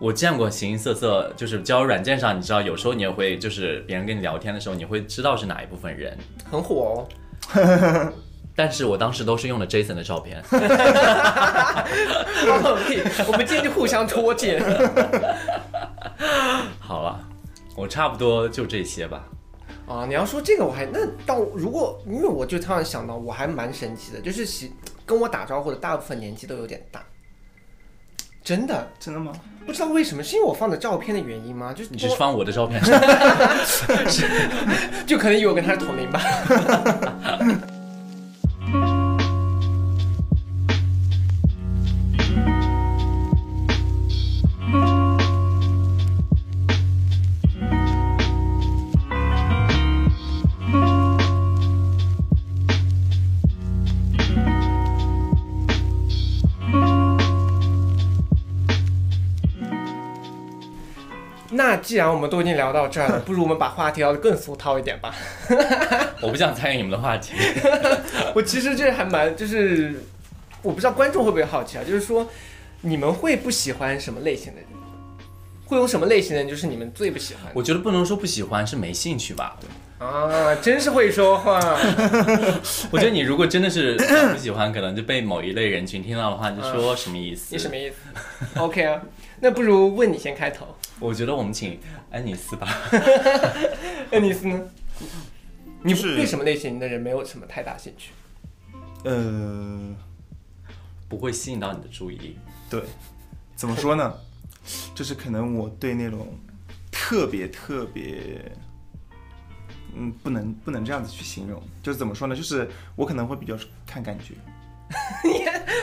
S1: 我见过形形色色，就是交友软件上，你知道有时候你也会就是别人跟你聊天的时候，你会知道是哪一部分人。
S3: 很火哦，
S1: 但是我当时都是用的 Jason 的照片，
S3: 哦我们今天就互相拖 欠。
S1: 好了，我差不多就这些吧。
S3: 啊，你要说这个我还那到如果因为我就突然想到，我还蛮神奇的，就是喜跟我打招呼的大部分年纪都有点大，真的
S5: 真的吗？
S3: 不知道为什么，是因为我放的照片的原因吗？就是
S1: 你是
S3: 多
S1: 放我的照片？
S3: 就可能以为我跟他是同龄吧。 那既然我们都已经聊到 这儿了，不如我们把话题聊得更俗套一点吧。
S1: 我不想参与你们的话题。
S3: 我其实这还蛮就是，我不知道观众会不会好奇啊，就是说你们会不喜欢什么类型的人？会有什么类型的人就是你们最不喜欢的？
S1: 我觉得不能说不喜欢，是没兴趣吧。
S3: 啊，真是会说话。
S1: 我觉得你如果真的 是不喜欢，可能就被某一类人群听到的话，你就说呃什么意思？
S3: 你什 么？意思？OK 啊，那不如问你先开头。
S1: 我觉得我们请安妮斯吧。
S3: 恩尼斯呢？你
S5: 是
S3: 对什么类型的人没有什么太大兴 趣？
S5: 呃，
S1: 不会吸引到你的注意，
S5: 对，怎么说呢？ 就是可能我对那种特别特别，嗯，不能不能这样子去形容，就是怎么说呢？就是我可能会比较看感觉，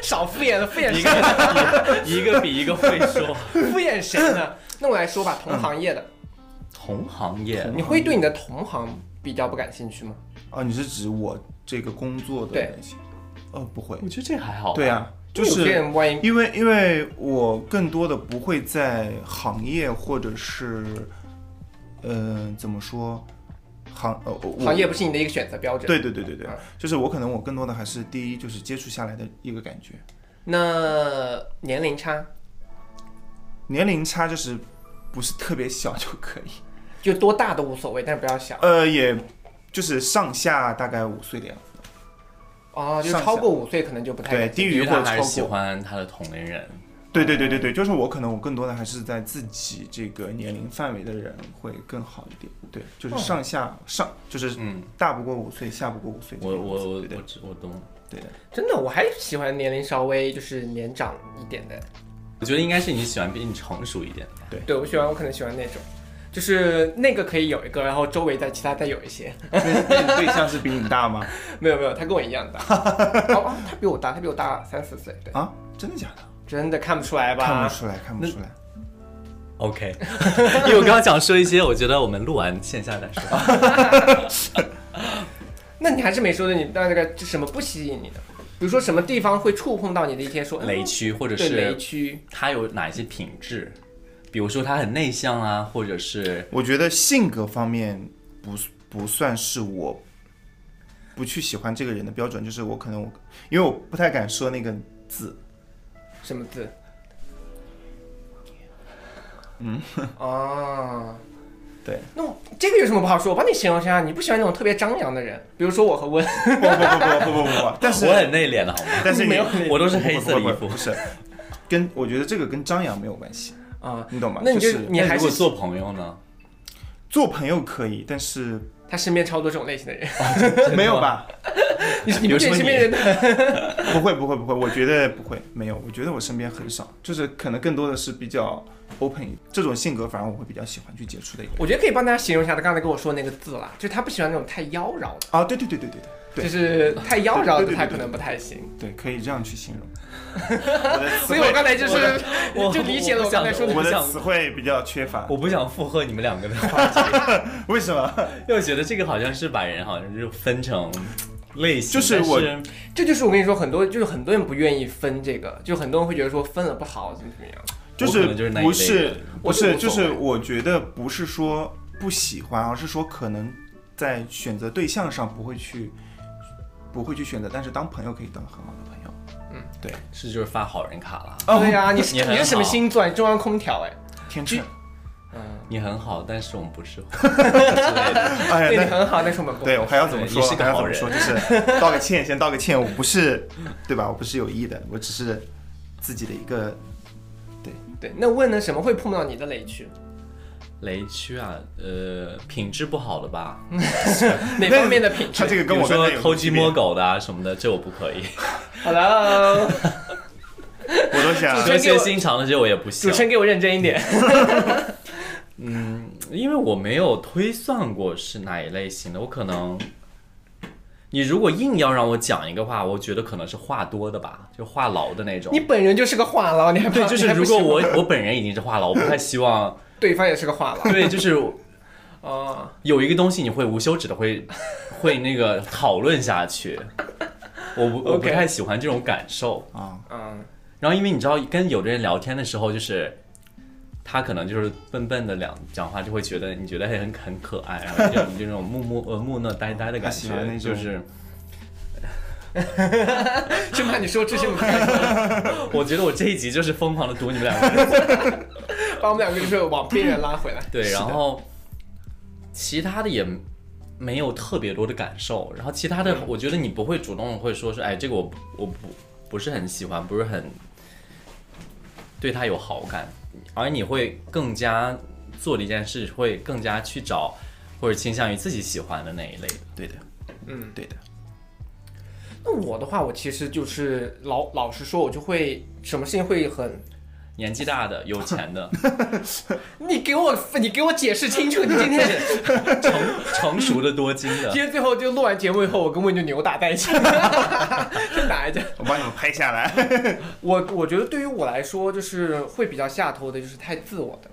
S3: 少敷衍了，敷衍
S1: 一
S3: 谁？
S1: 个一个比一个会说。
S3: 敷衍谁 呢？那我来说吧，同行业的，
S1: 同行
S5: 嗯
S1: 业，
S3: 你会对你的同行比较不感兴趣吗？
S5: 哦，你是指我这个工作的
S3: 对哦
S5: 类型？哦，不会
S1: 我，觉得这还好。
S5: 对，啊，就
S3: 因为有些
S5: 是
S3: 人万一
S5: 因为因为我更多的不会在行业或者是，呃，怎么说，行呃我
S3: 行业不是你的一个选择标准，
S5: 对对对对对
S3: 嗯，
S5: 就是我可能我更多的还是第一就是接触下来的一个感觉，
S3: 那年龄差
S5: 年龄差就是不是特别小就可以，
S3: 就多大都无所谓，但是不要小
S5: 呃，也就是上下大概五岁的样子，
S3: 哦，就
S5: 上
S3: 超
S5: 下
S3: 过五岁可能就不太
S5: 对，
S3: 感兴
S5: 低
S3: 趣
S5: 于或
S1: 他
S5: 者
S1: 还
S5: 超
S1: 是喜
S5: 过，
S1: 欢他的同龄人。
S5: 对对对对对，就是我可能我更多的还是在自己这个年龄范围的人会更好一点，对，就是上下、上就是
S1: 哦嗯，
S5: 大不过五岁，下不过五岁这
S1: 我
S5: 个样
S1: 我
S5: 子，
S1: 我我
S5: 对的
S1: 知我懂了。
S5: 对的，
S3: 真的，我还喜欢年龄稍微就是年长一点的，
S1: 我觉得应该是你喜欢比你成熟一点的。
S3: 对我喜欢，我可能喜欢那种，就是那个可以有一个，然后周围再其他再有一些，
S5: 那那你对象是比你大吗？
S3: 没有没有，他跟我一样 大，哦哦，他比我大，他比我大三四岁，对，
S5: 啊，真的假的？
S3: 真的看不出来吧？
S5: 看不出来，看不出来。
S1: OK，因为我刚刚想说一些，我觉得我们录完线下再说。
S3: 那你还是没说的，你那个什么不吸引你的？比如说什么地方会触碰到你的一些说 嗯
S1: 雷区或者
S3: 对
S1: 是
S3: 雷区，
S1: 他有哪一些品质？比如说他很内向啊，或者是
S5: 我觉得性格方面不不算是我不去喜欢这个人的标准，就是我可能我因为我不太敢说那个字，
S3: 什么字？嗯，哦，
S5: 对，
S3: 那我这个有什么不好说？我帮你形容一下，你不喜欢那种特别张扬的人，比如说我和温，
S5: 不不不不不不不不，但是
S1: 我很内敛的好 吗？
S5: 但是你
S3: 没有
S1: 我都是黑色的衣
S5: 不不不
S1: 服
S5: 不。是，跟我觉得这个跟张扬没有关系，
S3: 啊、
S5: 你懂吗？
S3: 那你就是你还
S1: 如果
S3: 是
S1: 做朋友呢？
S5: 做朋友可以，但是
S3: 他身边超多这种类型的 人，
S5: 没有吧？
S3: 你你不觉得你身边人的
S5: 不会不会不会，我觉得不会，没有，我觉得我身边很少，就是可能更多的是比较 open 一这种性格，反而我会比较喜欢去接触的一个人。
S3: 我觉得可以帮大家形容一下他刚才跟我说那个字啦，就是他不喜欢那种太妖娆的，
S5: 啊，对对对对对对
S3: 就是太妖娆的
S5: 对对 对
S3: 他
S5: 对
S3: 可能
S5: 对
S3: 不太行。
S5: 对，可以这样去形 容。我的词
S3: 所
S5: 汇
S3: 以我刚才就是
S1: 我
S3: 就理解了
S1: 我
S3: 我刚才说的
S5: 我
S1: 我
S5: 的
S1: 想
S5: 词汇比较缺乏，
S1: 我不想附和你们两个的话，
S5: 为什么？
S1: 因为我觉得这个好像是把人好像就分成类型，
S5: 就是我
S1: 但是
S3: 这就是我跟你说，很多就是很多人不愿意分这个，就很多人会觉得说分了不好，怎么怎么样。
S5: 就
S1: 我
S5: 是
S1: 可能就是那一
S5: 不
S1: 类
S5: 是
S1: 人
S5: 不
S3: 我
S5: 是
S3: 就
S5: 就
S3: 无所谓
S5: 是我觉得不是说不喜欢，而是说可能在选择对象上不会去不会去选择，但是当朋友可以当很好的朋友。
S1: 是就是发好人卡啦。
S3: 对呀、你是
S1: 哦你很
S3: 你是什么
S1: 好
S3: 星座？你中央空调哎，
S5: 天秤，
S1: 你很好，但是我们不适合 之类的。
S5: 哎
S3: 对你
S5: 呀，那
S3: 很好，但是我们不
S5: 对我还要怎么
S1: 对
S5: 说？
S1: 你是个
S5: 还要
S1: 好
S5: 怎么
S1: 人
S5: 说？就是道个歉，先道个歉，我不是对吧？我不是有意的，我只是自己的一个
S3: 对。那问呢？什么会碰到你的 雷区？
S1: 雷区啊，呃，品质不好的吧，
S3: 哪方面的品质
S5: 他这个跟我
S1: 比如
S5: 刚
S1: 说
S5: 才有
S1: 偷
S5: 区
S1: 鸡
S5: 别
S1: 摸狗的啊什么的，这我不可 以。
S3: ？Hello，
S5: 我都想
S3: 主持
S1: 这
S3: 人给
S1: 些
S3: 我
S1: 心肠的这我也不
S3: 主
S1: 行
S3: 持，人给我认真一 点。
S1: 因为我没有推算过是哪一类型的，我可能。你如果硬要让我讲一个话，我觉得可能是话多的吧，就话痨的那种
S3: 你。本人就是个话痨，你还
S1: 对，
S3: 怕
S1: 就是
S3: 你还不
S1: 如果
S3: 喜欢
S1: 我我本人已经是话痨，我不太希 望。
S3: 对方也是个话痨，
S1: 对，就是
S3: 哦，
S1: 有一个东西你会无休止的会会那个讨论下去，我不我不
S3: OK
S1: 太喜欢这种感受。
S5: 啊，
S3: 嗯，
S1: 然后因为你知道，跟有的人聊天的时候，就是他可能就是笨笨的两讲话，就会觉得你觉得很很可爱，然后就就那种木木呃木讷呆 呆的感
S5: 他喜欢
S1: 觉，
S5: 那种
S1: 就是
S3: 就怕你说这些，我
S1: 哦
S3: 们
S1: 我觉得我这一集就是疯狂的读你们两个人，
S3: 把我们两个就是往边缘拉回 来。
S1: 对，然后其他的也。没有特别多的感受，然后其他的，
S5: 嗯
S1: 我觉得你不会主动会说说，哎，这个我不我不不是很喜欢，不是很对他有好感，而你会更加做的一件事，会更加去找或者倾向于自己喜欢的那一类的。
S5: 对的，
S3: 嗯，
S5: 对的，
S3: 那我的话，我其实就是老老实说，我就会什么事情会很。
S1: 年纪大的、有钱的、
S3: 你给我，你给我解释清楚！你今天
S1: 成成熟的、多金 的
S3: 今，天最后就录完节目以后，我跟温就扭打在一 起，是哪一家？
S5: 我帮你们拍下 来
S3: 我我觉得对于我来说，就是会比较下头的，就是太自我的。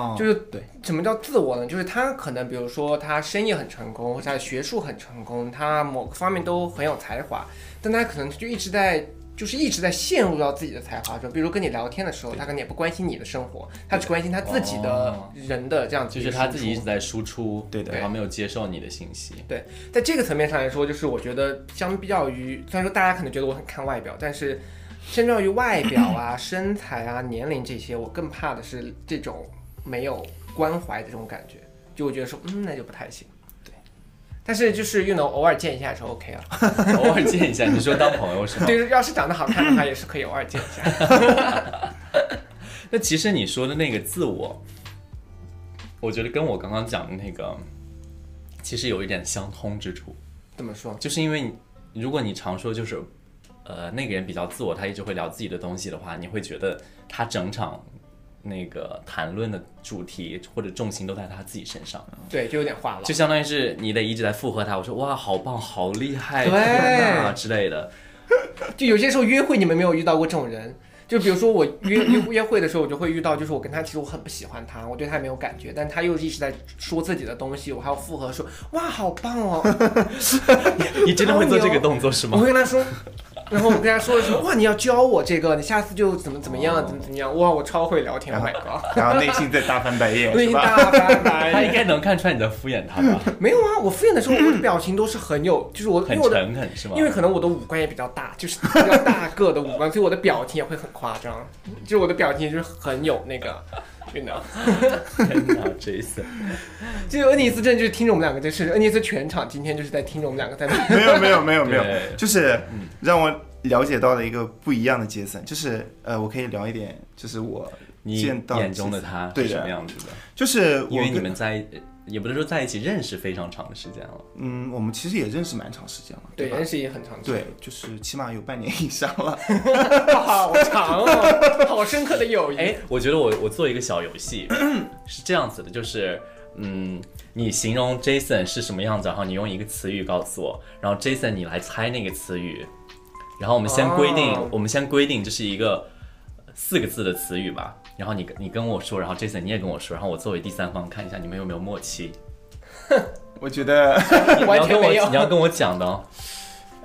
S5: 啊，
S3: 就是
S5: 对
S3: 什么叫自我呢？就是他可能比如说他生意很成功，或者他学术很成功，他某个方面都很有才华，但他可能就一直在。就是一直在陷入到自己的才华中，比如跟你聊天的时候，他可能也不关心你的生活，他只关心他自己的
S1: 哦
S3: 人的这样子
S1: 就
S3: 一个
S1: 是
S3: 输出。
S1: 他自己一直在输出，
S5: 对的
S1: 然后没有接受你的信息。
S3: 对，在这个层面上来说，就是我觉得相比较于，虽然说大家可能觉得我很看外表，但是相较于外表啊、身材啊、年龄这些，我更怕的是这种没有关怀的这种感觉。就我觉得说，嗯，那就不太行。对，但是就是又能偶尔见一下也是 OK 了。
S1: 偶尔见一下，你说当朋友是吗？
S3: 对，要是长得好看的话，也是可以偶尔见一下。
S1: 那其实你说的那个自我，我觉得跟我刚刚讲的那个，其实有一点相通之处，
S3: 怎么说？
S1: 就是因为你，如果你常说就是，呃，那个人比较自我，他一直会聊自己的东西的话，你会觉得他整场那个谈论的主题或者重心都在他自己身上，
S3: 对，就有点话痨。
S1: 就相当于是你得一直在附和他，我说哇，好棒，好厉害，
S3: 对
S1: 天哪之类的，
S3: 就有些时候约会，你们没有遇到过这种人，就比如说我约 约约会的时候，我就会遇到，就是我跟他其实我很不喜欢他，我对他没有感觉，但他又一直在说自己的东西，我还要附和说哇好棒 哦，
S1: 你真的会做这个动作是
S3: 我
S1: 吗
S3: 会？跟他说，然后我跟他说的时候，哇你要教我这个，你下次就怎么怎么样，怎么怎么样，哇我超会聊天，Oh my god，
S5: 然后内心在大翻白
S3: 内
S5: 眼，哎是
S3: 心
S5: 吧？
S3: 大翻白
S1: 他应
S3: 眼。
S1: 该能看出来你在敷衍他吧？
S3: 没有啊，我敷衍的时候，我的表情都是很有，就是 我因
S1: 很
S3: 为我的
S1: 诚恳是吗？
S3: 因为可能我的五官也比较大，就是 比较大个的五官，所以我的表情也会很夸张，就是我的表情就是很有那个， 真的。
S1: 天哪，Jason，
S3: 就是恩尼斯真的就是听着我们两个，就是恩尼斯全场今天就是在听着我们 两个在那。
S5: 没有没有没有没有
S1: 对，
S5: 就是让我了解到了一个不一样的杰森，就是呃，我可以聊一点，就是我
S1: 你
S5: 见到
S1: 眼中的
S5: Jason
S1: 他是
S5: 对
S1: 什么
S5: 的，
S1: 样子的？
S5: 就是我
S1: 因为你
S5: 跟
S1: 们在呃也不是说在一起认识非常长的时间了，
S5: 嗯，我们其实也认识蛮长时间了，
S3: 对，
S5: 吧
S3: 认？识也很长。
S5: 对，，就是起码有半年以上了。
S3: 好长哦，好深刻的友谊。
S1: 哎，我觉得我我做一个小游戏，是这样子的，就是嗯，你形容 Jason 是什么样子，然后你用一个词语告诉我，然后 Jason 你来猜那个词语，然后我们先规定，
S3: 哦
S1: 我们先规定这是一个呃四个字的词语吧，然后你你跟我说，然后 Jason 你也跟我说，然后我作为第三方看一下你们有没有默契，
S5: 我觉得
S1: 你要
S3: 完全
S1: 跟我
S3: 没有
S1: 你要跟我讲的、哦。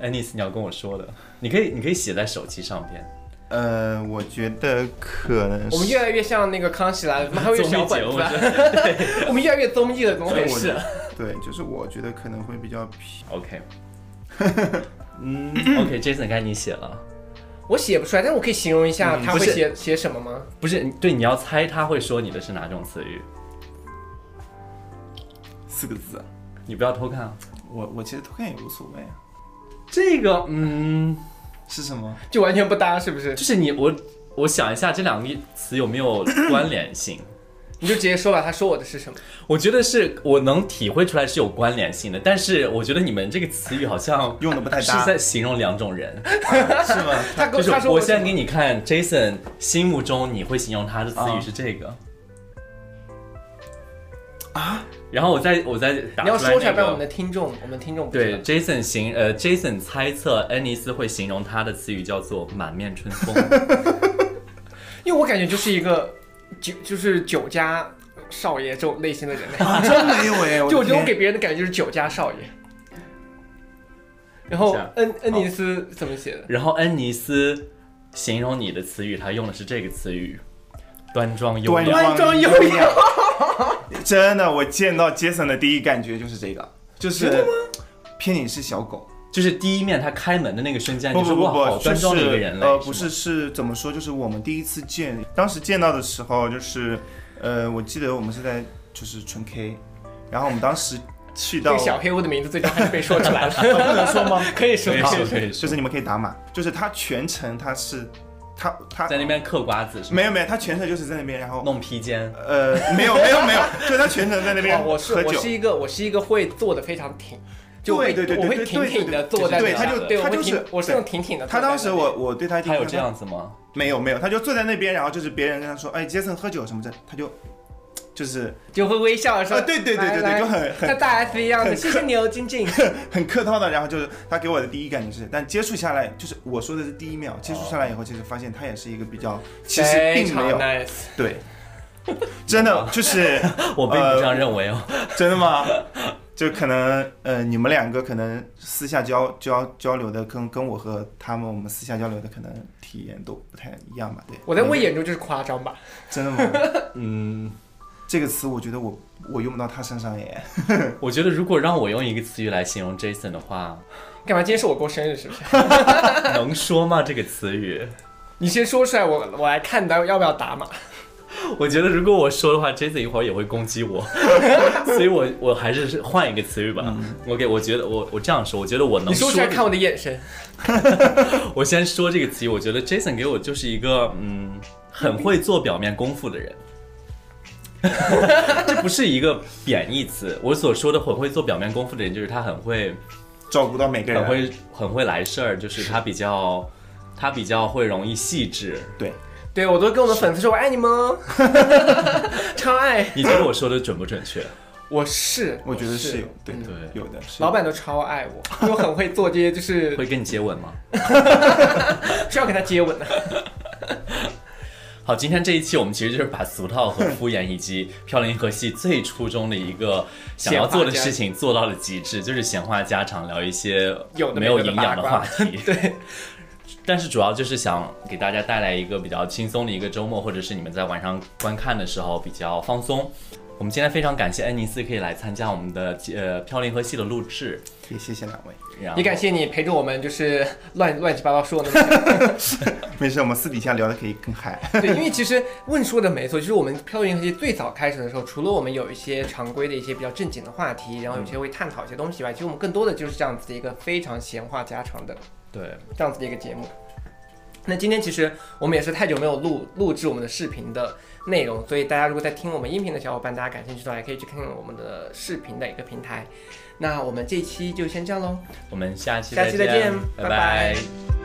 S1: Anis，你要跟我说的，你可以，你可以写在手机上边。
S5: 呃，我觉得可能是
S3: 我们越来越像那个康熙来了，还有
S1: 综艺
S3: 小
S1: 节
S3: 本
S1: 目
S3: 子
S1: 是
S3: 了，我们越来越综艺了，怎么回事？
S5: 对，就是我觉得可能会比较皮。
S1: OK，嗯，OK，Jason，该你写了。
S3: 我写不出来，但我可以形容一下他
S1: 嗯不
S3: 会
S1: 是
S3: 写写什么吗？
S1: 不是，你对，你要猜他会说你的是哪种词语，
S5: 四个字。
S1: 你不要偷看啊。
S5: 我我其实偷看也无所谓啊，
S1: 这个，嗯，
S5: 是什么？
S3: 就完全不搭，是不是
S1: 就？是你我我想一下这两个词有没有关联性。
S3: 你就直接说吧，他说我的是什么？
S1: 我觉得是我能体会出来是有关联性的，但是我觉得你们这个词语好像
S5: 用得不太
S1: 是
S5: 搭
S1: 在形容两种人。
S5: 是 吗？
S3: 他跟
S1: 就是
S3: 他说
S1: 我
S3: 是
S1: 现在
S3: 什
S1: 给
S3: 么
S1: 你看 Jason 心目中你会形容他的词语
S5: 啊
S1: 是这个啊，然后我再我再打
S3: 你要说出来，
S1: 那
S3: 不然我
S1: 个
S3: 们的听众，我们听众不知道
S1: 对 Jason 形呃 Jason 猜测恩尼斯会形容他的词语叫做满面春风，
S3: 因为我感觉就是一个酒，就是酒家少爷这种类型的人，
S5: 啊，真没有哎，
S3: 就我
S5: 的
S3: 觉得我
S5: 天
S3: 给别人的感觉就是酒家少爷。然后
S1: 这样
S3: 恩恩尼斯怎么写的？
S1: 然后恩尼斯形容你的词语，他用的是这个词语，端庄优
S5: 端
S1: 雅。
S3: 端庄优
S5: 雅。 真的，我见到杰森的第一感觉就是这个，就是骗你是小狗。
S1: 就是第一面他开门的那个瞬间，
S5: 不
S1: 你
S5: 不
S1: 说
S5: 不
S1: 哇，好
S5: 不，
S1: 端
S5: 就
S1: 庄的一个
S5: 是
S1: 人类，
S5: 呃，不是
S1: 吗
S5: 是怎么说？就是我们第一次见，当时见到的时候，就是呃，我记得我们是在就是纯 K，然后我们当时去
S3: 这
S5: 到
S3: 个小黑屋的名字最终还是被说出来 了，不能说吗？ 可以说
S1: 可以，
S5: 好
S1: 哎是可以，
S5: 就是是你们可以打码，就是他全程他是他他
S1: 在那边嗑瓜子是吗？
S5: 没有没有，他全程就是在那边，然后
S1: 弄披肩，
S5: 呃没有没有没有， 就是他全程在那边
S3: 哦
S1: 哦
S3: 哇，我是
S5: 喝
S3: 我
S5: 酒
S3: 是。一个我是一个会坐的非常挺，就
S5: 对
S3: 会
S5: 对对
S3: 我
S5: 对
S3: 会
S5: 对
S3: 挺
S5: 对
S3: 挺的
S5: 对
S3: 坐在
S5: 对
S3: 那
S5: 他
S3: 儿
S5: 就
S3: 的对，我
S5: 他
S3: 会
S5: 就是
S3: 挺我是
S5: 对
S3: 用挺挺的坐
S5: 他
S3: 在那儿的。
S5: 当时我我对他第一
S1: 他有
S5: 印
S1: 这
S5: 象
S1: 样子吗？
S5: 没有没有，他就坐在那边，然后就是别人跟他说，哎，杰森喝酒什么的，他就就是
S3: 就会微笑说，
S5: 啊对对对
S3: 来
S5: 对对
S3: 来
S5: 就很很
S3: 像大 S 一样的，
S5: 很
S3: 谢谢你哦，晶晶。
S5: 很客套的，然后就是他给我的第一感觉是，但接触下来，就是我说的是第一秒，接触下来以后，其实发现他也是一个比较，其实
S3: 非
S5: 并
S3: 常
S5: 没有
S3: nice。
S5: 对，真的就是
S1: 我并不这
S3: 呃
S1: 样认为 哦。
S5: 真的吗？就可能呃，你们两个可能私下交交交流的跟跟我和他们我们私下交流的可能体验都不太一样吧？对，
S3: 我在我眼中就是夸张吧，
S5: 真的吗？
S1: 嗯，
S5: 这个词我觉得我我用不到他身上耶。
S1: 我觉得如果让我用一个词语来形容 Jason 的 话，
S3: 干嘛？今天是我过生日是不
S5: 嗯
S3: 是？
S1: 能说吗？这个词 语，
S3: 你先说出来，我我来看到要不要打码。
S1: 我觉得如果我说的话，Jason 一会儿也会攻击 我，所以我我还是是换一个词语吧。OK，我觉得我我这样说，我觉得我能
S3: 嗯你说出来
S1: 的
S3: 看我的眼神，
S1: 我先说这个词语，我觉得 Jason 给我就是一个嗯，很会做表面功夫的 人。这不是一个贬义词，我所说的很会做表面功夫的人，就是他很会
S5: 照顾到每个
S1: 很
S5: 人，
S1: 会很会来事儿，就是他比较他比较会容易细致。
S5: 对，
S3: 对我都跟我们粉丝说我爱你们哦， 超爱。
S1: 你觉得我说的准不准 确？
S3: 我是，
S5: 我觉得是有，对
S1: 对
S5: 有的是有
S3: 老板都超爱我，因为我很会做这些，就是
S1: 会跟你接吻吗？
S3: 需要跟他接吻的。
S1: 好，今天这一期我们其实就是把俗套和敷衍以及飘零和系最初衷的一个想要做的事情做到了极致，就是闲话家常，聊一些
S3: 有
S1: 没
S3: 的没有
S1: 有
S3: 的
S1: 营养的
S3: 八卦
S1: 话题。对。 但是主要就是想给大家带来一个比较轻松的一个周末，或者是你们在晚上观看的时候比较放松。我们今天非常感谢恩尼斯可以来参加我们的呃飘零和系的录制，
S5: 也谢谢两位，
S1: 然后
S3: 也感谢你陪着我们，就是乱乱七八糟说了那么久。
S5: 没事，我们私底下聊的可以更嗨。
S3: 对，因为其实问说的没错，就是我们漂流银河系最早开始的时候，除了我们有一些常规的一些比较正经的话题，然后有些会探讨一些东西以外，其实我们更多的就是这样子的一个非常闲话家常的
S1: 对
S3: 这样子的一个节目。那今天其实我们也是太久没有录录制我们的视频的内容，所以大家如果在听我们音频的小伙伴，大家感兴趣的话，也可以去看看我们的视频的一个平台。那我们这一期就先这样喽。
S1: 我们下期
S3: 下期再见
S1: 拜
S3: 拜拜
S1: 拜